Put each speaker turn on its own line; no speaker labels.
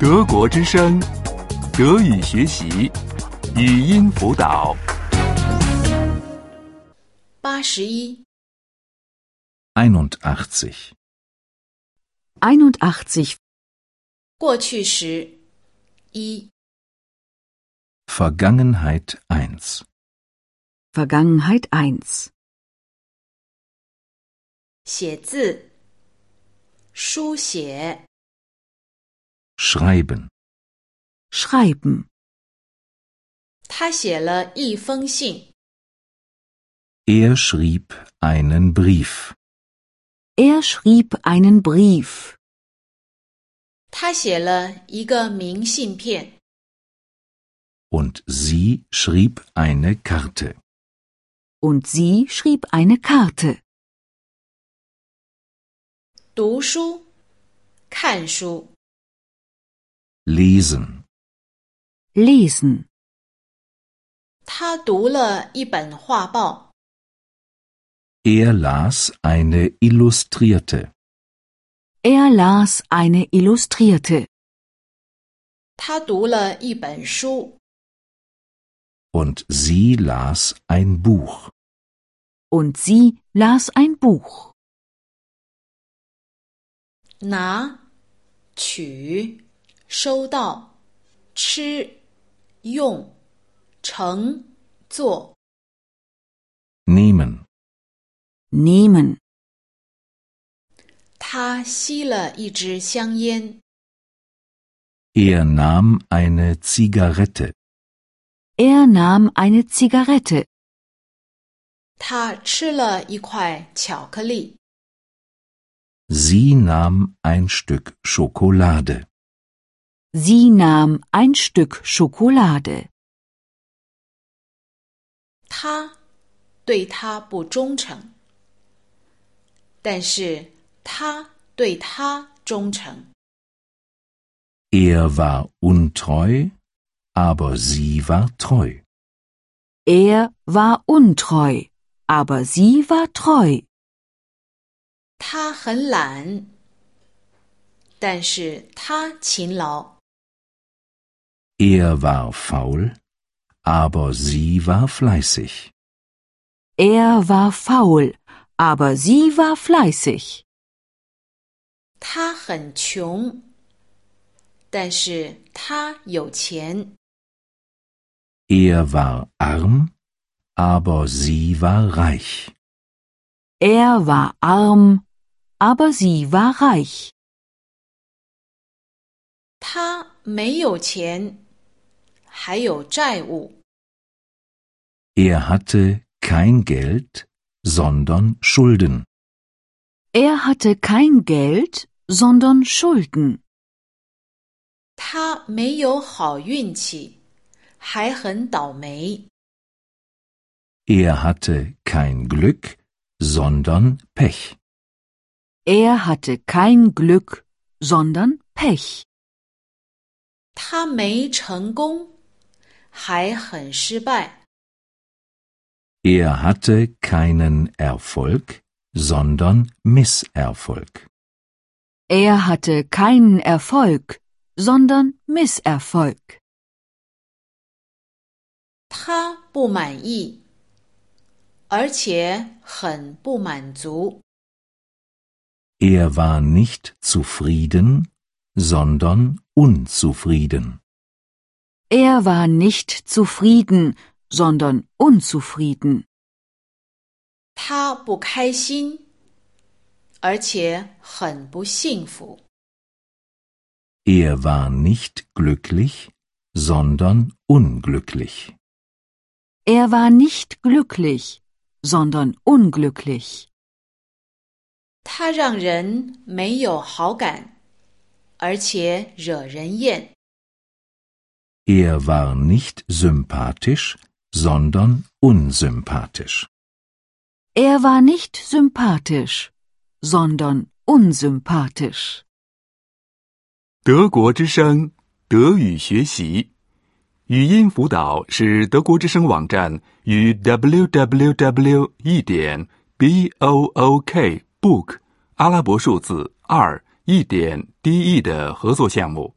德国之声，德语学习，语音辅导。
八十一，
81.
81.
过去时，一
Vergangenheit 1.
Vergangenheit 1.
写字，书写，
Schreiben.
Schreiben.
他写了一封信，
Er schrieb einen Brief.
Er schrieb einen Brief.
他写了一个明信片，
Und sie schrieb eine Karte.
Und sie schrieb eine Karte.
读书，看书，
Lesen.
Lesen.
他读了一本画报，
Er las eine Illustrierte.
Er las eine Illustrierte.
他读了一本书，
Und sie las ein Buch.
Und sie las ein Buch.
拿，取，收到，吃，用，乘，坐。
Nehmen.
Nehmen.
他吸了一支香烟，
Er nahm eine Zigarette.
Er nahm eine Zigarette.
他吃了一块巧克力，
Sie nahm ein Stück Schokolade.
Sie nahm ein Stück Schokolade.
他对他不忠诚，但是他对他忠诚。
Er war untreu, aber sie war treu.
Er war untreu, aber sie war treu.
他很懒，但是他勤劳。
Er war faul, aber sie war fleißig.
Er war faul, aber sie war fleißig.
他很穷，但是他有钱。
Er war arm, aber sie war reich.
Er war arm, aber sie war reich.
他没有钱，还有债务。
Er hatte kein Geld, sondern Schulden.
Er hatte kein Geld, sondern Schulden.
他没有好运气，还很倒霉。
Er hatte kein Glück, sondern Pech.
Er hatte kein Glück, sondern Pech.
他没成功，还很失败。
Er hatte keinen Erfolg, sondern Misserfolg.
Er hatte keinen Erfolg, sondern Misserfolg.
他不满意，而且很不满足。
Er war nicht zufrieden, sondern unzufrieden.
Er war nicht zufrieden, sondern unzufrieden.
他不开心，而且很不幸福。
Er war nicht glücklich, sondern unglücklich.
Er war nicht glücklich, sondern unglücklich.
他让人没有好感，而且惹人厌。
Er war nicht sympathisch, sondern unsympathisch.
Er war nicht sympathisch, sondern unsympathisch.
德国之声，德语学习，语音辅导是德国之声网站与 www. 一点 b o o k book 阿拉伯数字二一点 d e 的合作项目。